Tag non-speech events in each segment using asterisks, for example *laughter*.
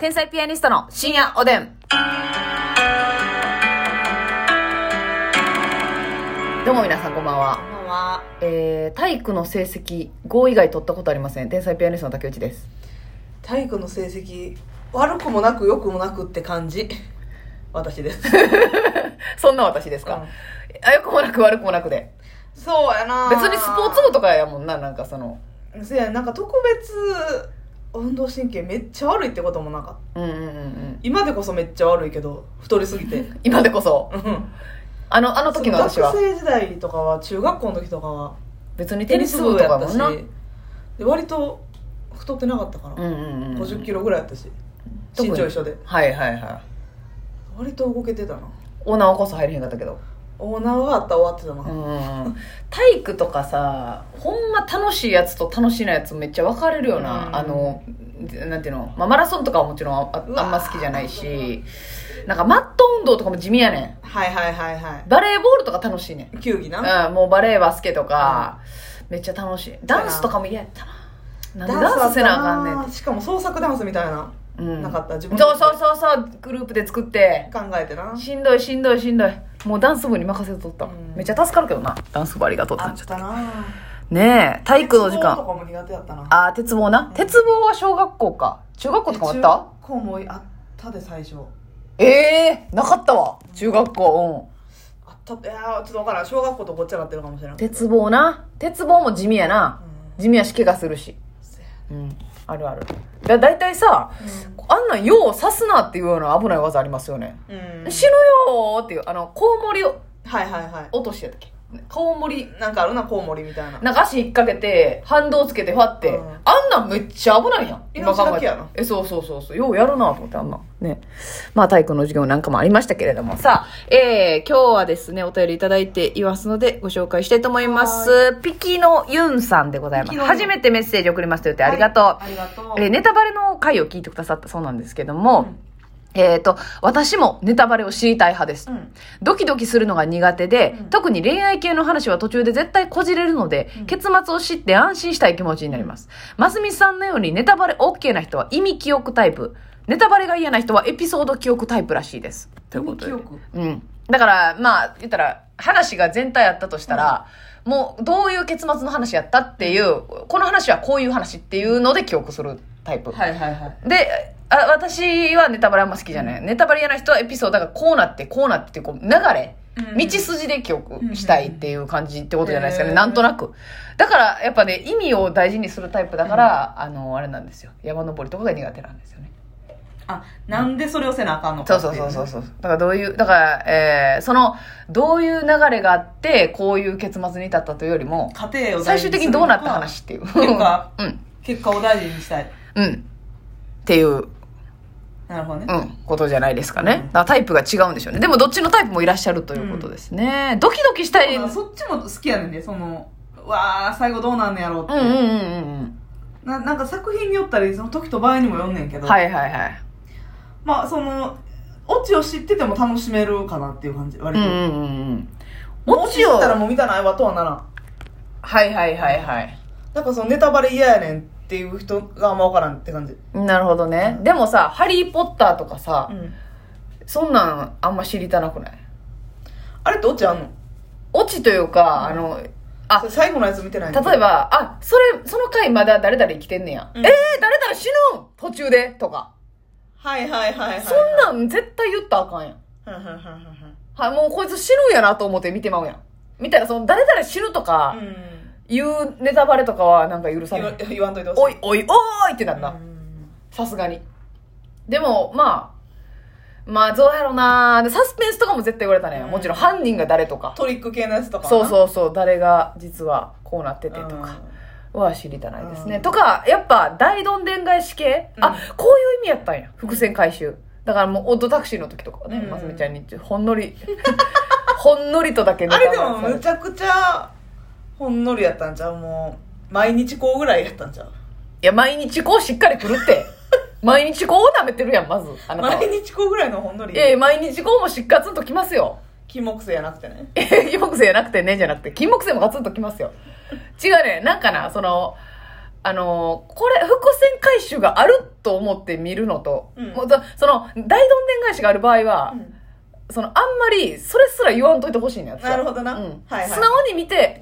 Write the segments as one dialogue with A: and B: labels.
A: 天才ピアニストの深夜おでん。どうも皆さんこんばんは。
B: こんばんは。
A: えー、体育の成績5以外取ったことありません。天才ピアニストの竹内です。
B: 体育の成績、悪くもなく良くもなくって感じ。私です。
A: そんな私ですか、あ、よくもなく悪くもなくで。
B: そうやな
A: 別にスポーツ部とかやもんな、なんかその。
B: 部そうや、なんか特別、運動神経めっちゃ悪いってこともなかった。
A: うんうんうんうん。
B: 今でこそめっちゃ悪いけど、太りすぎ *laughs* て。
A: 今でこそ。
B: うん
A: あの、あの時の私は
B: 学。生時代とかは、中学校の時とかは、
A: 別にテ
B: テニ
A: ニ
B: ス
A: ス
B: 部
A: 部と
B: や
A: か
B: っ
A: やも
B: たし
A: んな。、
B: で割と太ってなかったから、
A: うんうんうん。
B: 50キロぐらいやったし、
A: 特
B: 身
A: に
B: 長一緒で。
A: はいはいはい。
B: 割と動けてたな。
A: オーナーはこそ入れへんかったけど。
B: オーナーがあったら終わってたな。
A: うん体育とかさほんま楽しいやつと楽しいなやつめっちゃ分かれるよな、
B: うん
A: あのなんていうの、まあ、マラソンとかはもちろんあ
B: うわ
A: あんま好きじゃないしなんかマット運動とかも地味やね
B: はいはいはいは
A: んバレーボールとか楽しいね
B: い。球技な。
A: ん、うん、もうバレーバスケとか、めっちゃ楽しいダンスとかも嫌やったななんでダンスせなあかんねん
B: ダンスだなしかも創作ダンスみたいな
A: うん、
B: なかった自分で
A: そうそうそうそうグループで作って
B: 考えてな
A: しんどいしんどいしんどいもうダンス部に任せとった、
B: うん
A: めっちゃ助かるけどなダンス部ありがとうって
B: あ
A: なっ
B: っ
A: ちゃった
B: たな
A: ねえ、体育の時
B: 鉄棒
A: 間。
B: とかも苦手だったな
A: あー、鉄棒な。鉄棒は小学校か。中学校とかもあっ
B: 中高もあったで最初
A: たええー、なかったわ。中学校。
B: あったいやーちょっと分からん小学校とごっちゃなってるかもしれな
A: うん。
B: い
A: 鉄棒な。鉄棒も地味やな
B: う。
A: 地味やし、怪我するし。
B: ん
A: うん。あるある。だ、だいたいさ、あんなんよう刺すなっていうような危ない技ありますよね。
B: うん、
A: 死ぬよーっていう、あの、コウモリを
B: はいはいは
A: 落としてたっけコウモリ。
B: いなんかあるなコウモリみたいな
A: なんか足引っ掛けて、反動つけて、ファって、
B: うん
A: あんなんめっちゃ危ないやん。
B: 命
A: 考え
B: が
A: て
B: けやな
A: え、そうそうそうそう。ようやるなと思って、あんなん。ね。まあ、体育の授業なんかもありましたけれども。さあ、えー、今日はですね、お便りいただいていますので、ご紹介したいと思います。ピキのユンさんでございます。
B: ピキのユン
A: 初めてメッセージ送りますと言って、
B: はい
A: ありがとう。
B: ありがとう
A: えーネタバレの回を聞いてくださったそうなんですけども、えっ、と、私もネタバレを知りたい派です。
B: うん
A: ドキドキするのが苦手で、
B: うん
A: 特に恋愛系の話は途中で絶対こじれるので、
B: うん
A: 結末を知って安心したい気持ちになります。ますみさんのようにネタバレ OK な人は意味記憶タイプ。ネタバレが嫌な人はエピソード記憶タイプらしいです。ということで。
B: 意味記憶
A: うん。だから、まあ、言ったら、話が全体やったとしたら、もう、どういう結末の話やったっていう、この話はこういう話っていうので記憶するタイプ。
B: はいはいはい
A: であ私はネタバレあんま好きじゃない、ネタバレ嫌な人はエピソードがこうなってこうなってっていうこう流れ、
B: うん
A: 道筋で記憶したいっていう感じってことじゃないですかね、
B: うん
A: なんとなくだからやっぱね意味を大事にするタイプだから、あのあれなんですよ山登りとかが苦手なんですよね
B: あなんでそれをせなあかんの
A: そ
B: か
A: う
B: ってい
A: そう
B: ね
A: そうそうそうだからどういうだから、えーそのどういう流れがあってこういう結末に至ったというよりも
B: 過程を大
A: 最
B: 事
A: 終
B: にす
A: 的
B: る
A: に
B: の
A: どう
B: か
A: なった話っていう
B: 結果
A: *laughs* うん
B: 結果を大事にしたい
A: うんっていう
B: なるほどね、
A: うん、ことじゃないですかね。
B: うん
A: だからタイプが違うんでしょうね。でもどっちのタイプもいらっしゃるということですね。ドキドキしたい。
B: そう
A: う
B: うんだ
A: ん
B: そっちも好きやねんでそのわあ最後どうなんねやろうって、
A: うんうん
B: ななんか作品によったりその時と場合にもよんねんけ
A: うん。
B: ど、
A: はいはいはい。
B: まあそのオチを知ってても楽しめるかなっていう感じ
A: う
B: 割
A: ん
B: と、
A: うんうんうん。
B: も
A: も
B: し
A: ち
B: 知
A: ろ
B: っ
A: ん。
B: たら
A: はい
B: もう見たないわとはならん
A: はいはいはい。
B: だからそのネタバレ嫌やねんっていう人があんま分からんって感じ、
A: なるほどね。でもさ、ハリー・ポッターとかさ、そんなんあんま知りたなくない
B: あれってオチあんの
A: オチというか、あの、あ
B: それ、最後のやつ見てないの
A: 例えば、あ、それ、その回まだ誰々生きてんねや。
B: うん
A: えー、誰々死ぬん途中でとか。
B: はいはいはいはい、はい、
A: そんなん絶対言ったらあかんやん。
B: はいはいはいはいはい
A: はい、もうこいつ死ぬんやなと思って見てまうやん。みたいな、その、誰々死ぬとか、
B: うん
A: いうネタバレとかはなんか許され
B: 言
A: な
B: わ
A: い。
B: 言わんといてほしい
A: おいおいおーいってな
B: う
A: る
B: ん
A: な。さすがに。でも、まあ、まあ、どうやろうなで、サスペンスとかも絶対言われたね。
B: うん
A: もちろん犯人が誰とか。
B: トリック系のやつとか
A: そう
B: う
A: そうそう、誰が実はこうなっててとかは知りたないですね。とか、やっぱ大どんでん返し系、
B: うん
A: あ、こういう意味やったんや。伏線回収。だからもう、オッドタクシーの時とかはね、
B: うん
A: まつみちゃんにほんのり、 *laughs* ほんのりとだけネ
B: あ
A: タバ
B: れ
A: レ
B: で
A: され
B: も
A: て
B: むちゃくちゃほんのりやったんちゃうもう毎日こうぐらいやったんちゃう
A: いや、毎日こうしっかり来るって。毎日こう舐めてるやん、まず。あなたは。
B: 毎
A: い
B: 日こうぐらいのほんのり
A: やいや毎日こうもしっかつんと来ますよ。
B: 金木犀やなく
A: *laughs*
B: てね
A: え金木犀やなくてね、じゃなくて、金木犀もガツンと来ますよ。違うね、なんかな、その、あのーこれ、伏線回収があると思って見るのと、
B: うん
A: もうだその、大どんでん返しがある場合は、
B: うん
A: その、あんまり、それすら言わんといてほしいのやつ。
B: なるほどな
A: うん。
B: はいはい
A: 素直に見て、え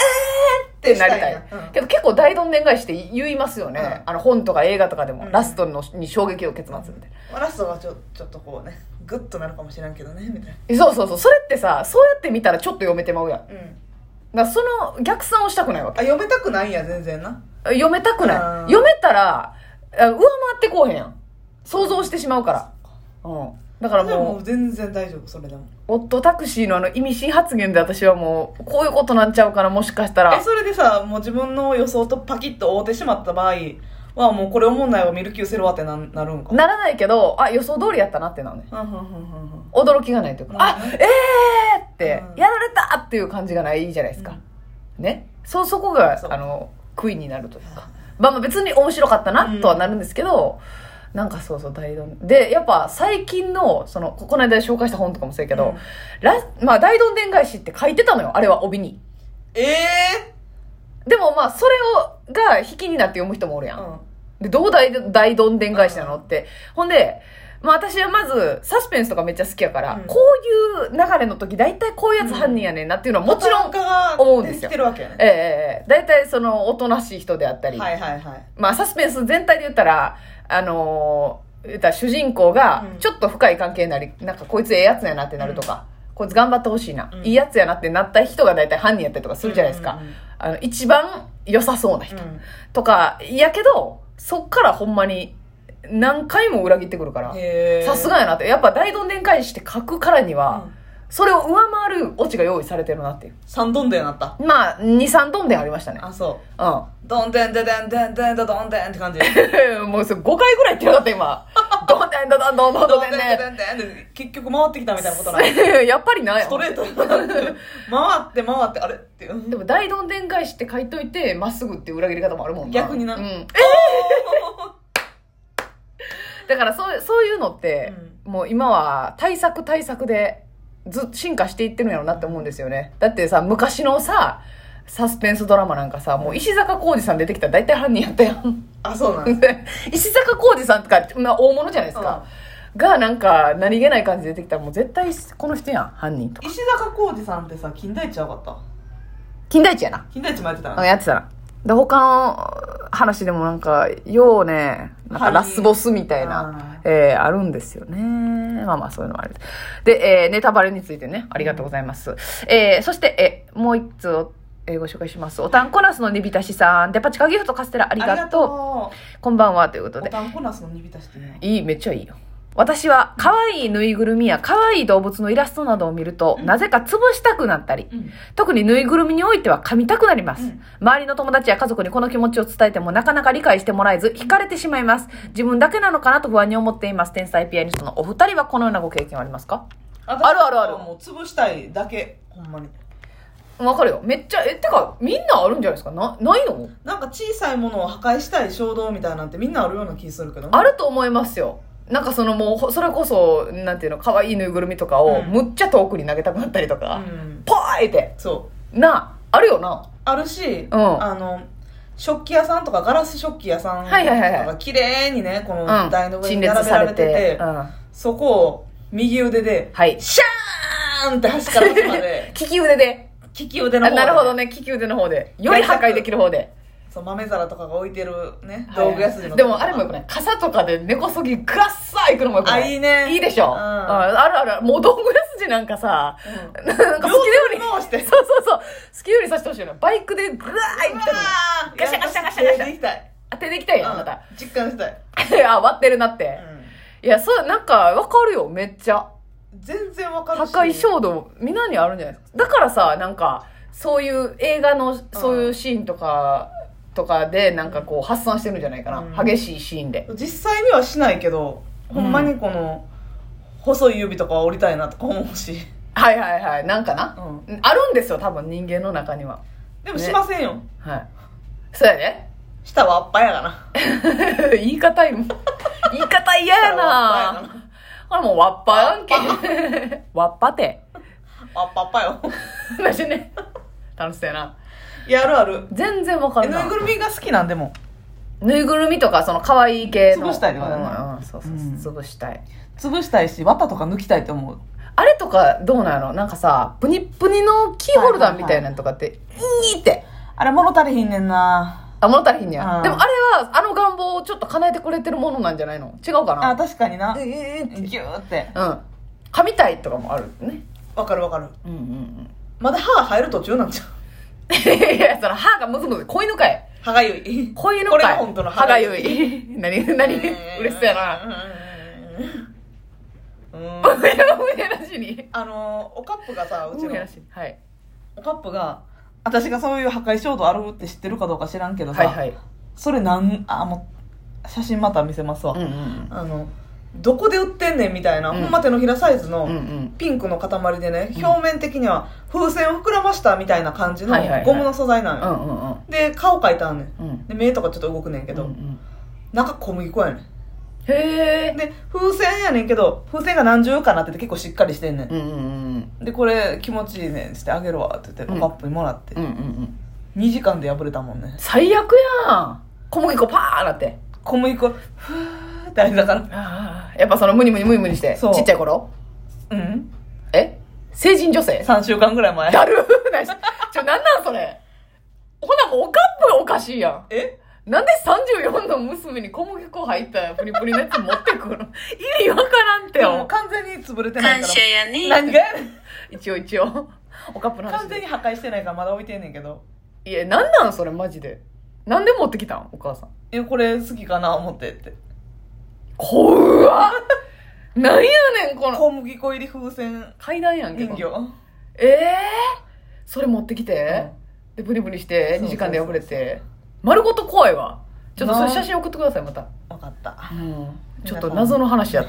A: ーってなりたい。
B: したいなうん
A: けど結構大どんでん返しって言いますよね。
B: うん
A: あの、本とか映画とかでも、
B: うん
A: ラストのに衝撃を結末みたいな。
B: まあラストはちょちょっとこうねグッとなるかもしれんけどねみたいな
A: そうそうそう。それってさ、そうやって見たらちょっと読めてまうやん。だか
B: うん
A: らその逆算をしたくないわ
B: あ読めたくないんや全然な
A: け。読めたくない
B: うん。
A: 読めたら、あ上回ってこうへんやん。想像してしまうから。うん。だから
B: でもも
A: も
B: う
A: う、
B: 全然大丈夫それでも
A: オットタクシーのあの意味深発言で私はもう、こういうことなんちゃうかな、もしかした
B: え
A: ら。
B: それでさもう自分の予想とパキッと覆ってしまった場合はもうこれ思んないわ見る気失せるわってななるんか
A: ならないけど、あ、予想通りやったなってなるね。
B: うんうんうんうんうん
A: 驚きがないというか、あ
B: まあね
A: ええーって、
B: うん
A: やられたっていう感じがないじゃないですか、ねそうそこが
B: そう
A: あの悔いになるというか、まあ、まあ別に面白かったなとはなるんですけど、なんかそうそう大どんでやっぱ最近のそのここの間紹介した本とかもそうやけど、
B: うん
A: ラまあ、大どんでん返しって書いてたのよあれは帯に
B: ええ
A: でもまあそれをが引きになって読む人もおるやん、
B: うん
A: で、どう大ど大どんでん返しなのって。ほんで、まあ私はまず、サスペンスとかめっちゃ好きやから、
B: うん
A: こういう流れの時、大体こういうやつ犯人やねんなっていうのはもちろん、
B: パターン化
A: 思うん
B: が
A: で
B: ですき
A: よ
B: てるわけやね
A: ええええ大体その、おとなしい人であったり、
B: はいはいはい
A: まあサスペンス全体で言ったら、あのー言ったら主人公が
B: うん、
A: ちょっと深い関係になり、なんかこいつええやつやなってなるとか、こいつ頑張ってほしいな、
B: うん
A: いいやつやなってなった人が大体犯人やったりとかするじゃないですか。
B: うんうんうん
A: あの、一番良さそうな人。
B: うん
A: とか、やけど、そっからほんまに何回も裏切ってくるから、
B: へえ
A: さすがやなって。やっぱ大どんでん返しって書くからには、
B: うん
A: それを上回るオチが用意されてるなっていう。
B: 三どんでんなった
A: まあ、2、3どんでんありましたね。
B: あそ
A: うん。
B: うどんでんでんでんでんでんでんどんでんって感じ
A: もうそれ5回ぐらい言ってなかった今。どんでんどんどんどんど
B: ど
A: ん
B: ん
A: で
B: で
A: んで
B: んで
A: ん
B: んでんでんで結局回ってきたみたいなことなの
A: ね。やっぱりな
B: ストレー
A: よ。
B: トに回って回ってあれっていう
A: でも大どんでん返しって書いといて、まっすぐっていう裏切り方もあるもんな。
B: 逆にな
A: うん。え *laughs* だからそうそういうのって、もう今は対策対策でずっと進化していってるんやろうなって思うんですよねだってさ昔のさサスペンスドラマなんかさもう石坂浩二さん出てきたら大体犯人やったやん *laughs*
B: あそうなんです
A: 石坂浩二さんとか、まあ、大物じゃないですか、がなんか何気ない感じで出てきたらもう絶対この人やん犯人とか
B: 石坂浩二さんってさ金田一ちゃうかった
A: 金田一やな
B: 金田一もやってた
A: あ
B: の
A: やってたなで他の話でもなんかようねなんかラスボスみたい
B: はい
A: な、えーあるんですよねまあまあそういうのもあるで、えーネタバレについてねありがとうございます、えーそして、えーもう一つを、えーご紹介しますおたんこなすの煮浸しさんデパ地下ギフトカステラありがとうこんばんはということ
B: ボ
A: で
B: タンコナスの煮浸しっていうの
A: いいめっちゃいいよ私は可愛いぬいぐるみや可愛い動物のイラストなどを見ると、
B: うん
A: なぜか潰したくなったり、
B: うん
A: 特にぬいぐるみにおいては噛みたくなります、
B: うん
A: 周りの友達や家族にこの気持ちを伝えてもなかなか理解してもらえず惹かれてしまいます自分だけなのかなと不安に思っています天才ピアニストのお二人はこのようなご経験はありますか
B: あ
A: あるあるある
B: もう潰したいだけほんまに
A: わかるよめっちゃえてかみんなあるんじゃないですかなないの
B: なんか小さいものを破壊したい衝動みたいなんてみんなあるような気するけどね
A: あると思いますよなんかそのもうほそれこそなんていうの可愛いぬいぐるみとかを、
B: うん
A: むっちゃ遠くに投げたくなったりと
B: う
A: か、
B: ん
A: ポーイって
B: そう
A: なあるよな
B: あるし、
A: ん
B: あの食器屋さんとかガラス食器屋さんと
A: はいはいはいはい
B: かが綺麗にねこの
A: うん
B: 台の上
A: 陳
B: に並
A: 列
B: べ
A: さ
B: ら
A: れ
B: れて
A: て
B: て,、
A: うん、
B: そこを右腕で
A: はい
B: シャーンって端から端まで
A: *laughs* 利き腕で
B: 利き腕の
A: あ
B: 方で
A: なるほどね利き腕の方でより破壊できる方で
B: そう豆皿とかが置いてるね道具屋筋の
A: でもあれもよくない傘とかで根こそぎガッサー行くのもよくない
B: あいいね
A: いいでしょ、
B: うん
A: ああるあるあるもう道具屋筋なんかさ、
B: う
A: なんか好きなように
B: 両手回して
A: そうそうそう好きようにさせてほしいよねバイクでグワーいみたいなガ
B: ガ
A: シ
B: シ
A: ャ
B: ャ
A: *laughs* ガ
B: ガ
A: シ
B: シ
A: ャガシャガシ
B: ャガシャガシ
A: ャ
B: ャできたい、
A: 当ててきたいやんあ
B: う
A: なんた、 *laughs*
B: 実感したい、
A: あ割ってるなって、いやそうなんかわかるよめっちゃ
B: うん全然わか
A: 破
B: るし
A: 壊衝動みんなにあるんじゃないですかだからさなんかそういう映画のそういうシーンとか、とかでなんかこう発散してるんじゃないかな、
B: うん
A: 激しいシーンで
B: 実際にはしないけど
A: うん
B: ほんまにこの、細い指とかは折りたいなとか思うし、
A: はいはいはいなんかな、
B: うん、
A: あるんですよ多分人間の中には
B: でもしませんよ、
A: はいそうやね
B: 舌はあっぱやがな
A: *laughs* 言い方い *laughs* 言い方嫌やなこれもうわっぱやんけ *laughs* わっぱて
B: あっぱあっぱよ
A: マジね楽しそうやない
B: やあるある
A: 全然わか
B: え
A: る
B: ぬ
A: ない
B: ぐるみが好きなんでも
A: ぬいぐるみとかその可愛い系の
B: 潰したいとかだよね
A: うんうんそうそう
B: うん
A: 潰したい
B: 潰したいし綿とか抜きたいと思う
A: あれとかどうなんやろなんかさプニプニのキーホルダーみたいなんとかっていいって
B: あれ物足りひんねんな
A: あ物足りひんね
B: う
A: や
B: ん
A: でもあれはあの願望をちょっと叶えてくれてるものなんじゃないの違うか
B: あ
A: な
B: 確かにな
A: ええって
B: ギューって
A: うん噛みたいとかもあるね
B: わかるわかる
A: うんうんうん
B: まだ歯が入る途中なんじゃん
A: いやその歯がむずむず子犬かい
B: 歯がゆい
A: 子犬
B: これ
A: か
B: が
A: い
B: 本当の
A: 歯
B: 歯
A: が
B: が
A: ゆ
B: ゆ
A: い *laughs* 何何嬉しそうやな
B: *laughs* うんうんうん
A: おめえらしに
B: あのおカップがさうち
A: お
B: の
A: めえらしにはい
B: おカップが私がそういう破壊衝動あるって知ってるかどうか知らんけどさ、
A: はいはい
B: それなんあもう写真また見せますわ、
A: うんうん
B: あのどこで売ってんねんみたいな、
A: うん
B: ほんま手のひらサイズの、
A: うんうん
B: ピンクの塊でね
A: うん
B: 表面的には風船を膨らましたみたいな感じの
A: はいはいはい
B: ゴムの素材な
A: う
B: のよ、
A: んうんうん
B: で顔描いてあんねん
A: うん
B: で目とかちょっと動くねんけど、
A: うんうん
B: 中小麦粉やね
A: へえ
B: んで風船やねんけど風船が何重かなってて結構しっかりしてんねん、
A: うんうんうん
B: でこれ気持ちいいねんしてあげるわって言って、
A: うん
B: カップにもらって
A: うんうんうん
B: 2時間で破れたもんね
A: 最悪やん小麦粉パーなって
B: 小麦粉ふーってあれだから
A: ああやっぱそのムニムニムニムニして
B: そう
A: ちっちゃい頃
B: うん
A: え成人女性
B: 3週間ぐらい前
A: だる *laughs* ーなしちょなんなんそれほなもうおかっぷおかしいやん
B: え
A: なんで34の娘に小麦粉入ったプニプニのやつ持ってくるの *laughs* 意味わからんって
B: でも
A: よ
B: 完全に潰れてないから
A: やね
B: 何がやねん
A: 一応一応おかっぷの話
B: 完
A: で
B: 全に破壊してないからまだ置いてんねんけど
A: いやなんなんそれマジでなんで持ってきたんお母さん
B: えこれ好きかな思ってって
A: こう *laughs* わなんやねんこの
B: 小麦粉入り風船
A: 階段やんけ
B: 人
A: ど
B: 形
A: ええそれ持ってきて
B: え、
A: でブリブリして
B: そう
A: 2時間で破れ
B: そうそう
A: て丸ごと怖いわちょっとそ
B: な
A: れ
B: あ
A: 写真送ってくださいまた、
B: 分かった
A: ちょっと謎の話やっ